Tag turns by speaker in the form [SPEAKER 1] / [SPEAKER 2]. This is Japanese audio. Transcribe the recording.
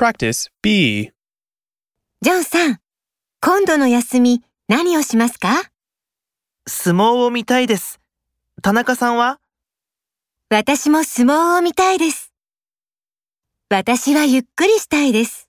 [SPEAKER 1] Practice B.
[SPEAKER 2] ジョンさん、今度の休み何をしますか
[SPEAKER 3] 相撲を見たいです。田中さんは
[SPEAKER 2] 私も相撲を見たいです。私はゆっくりしたいです。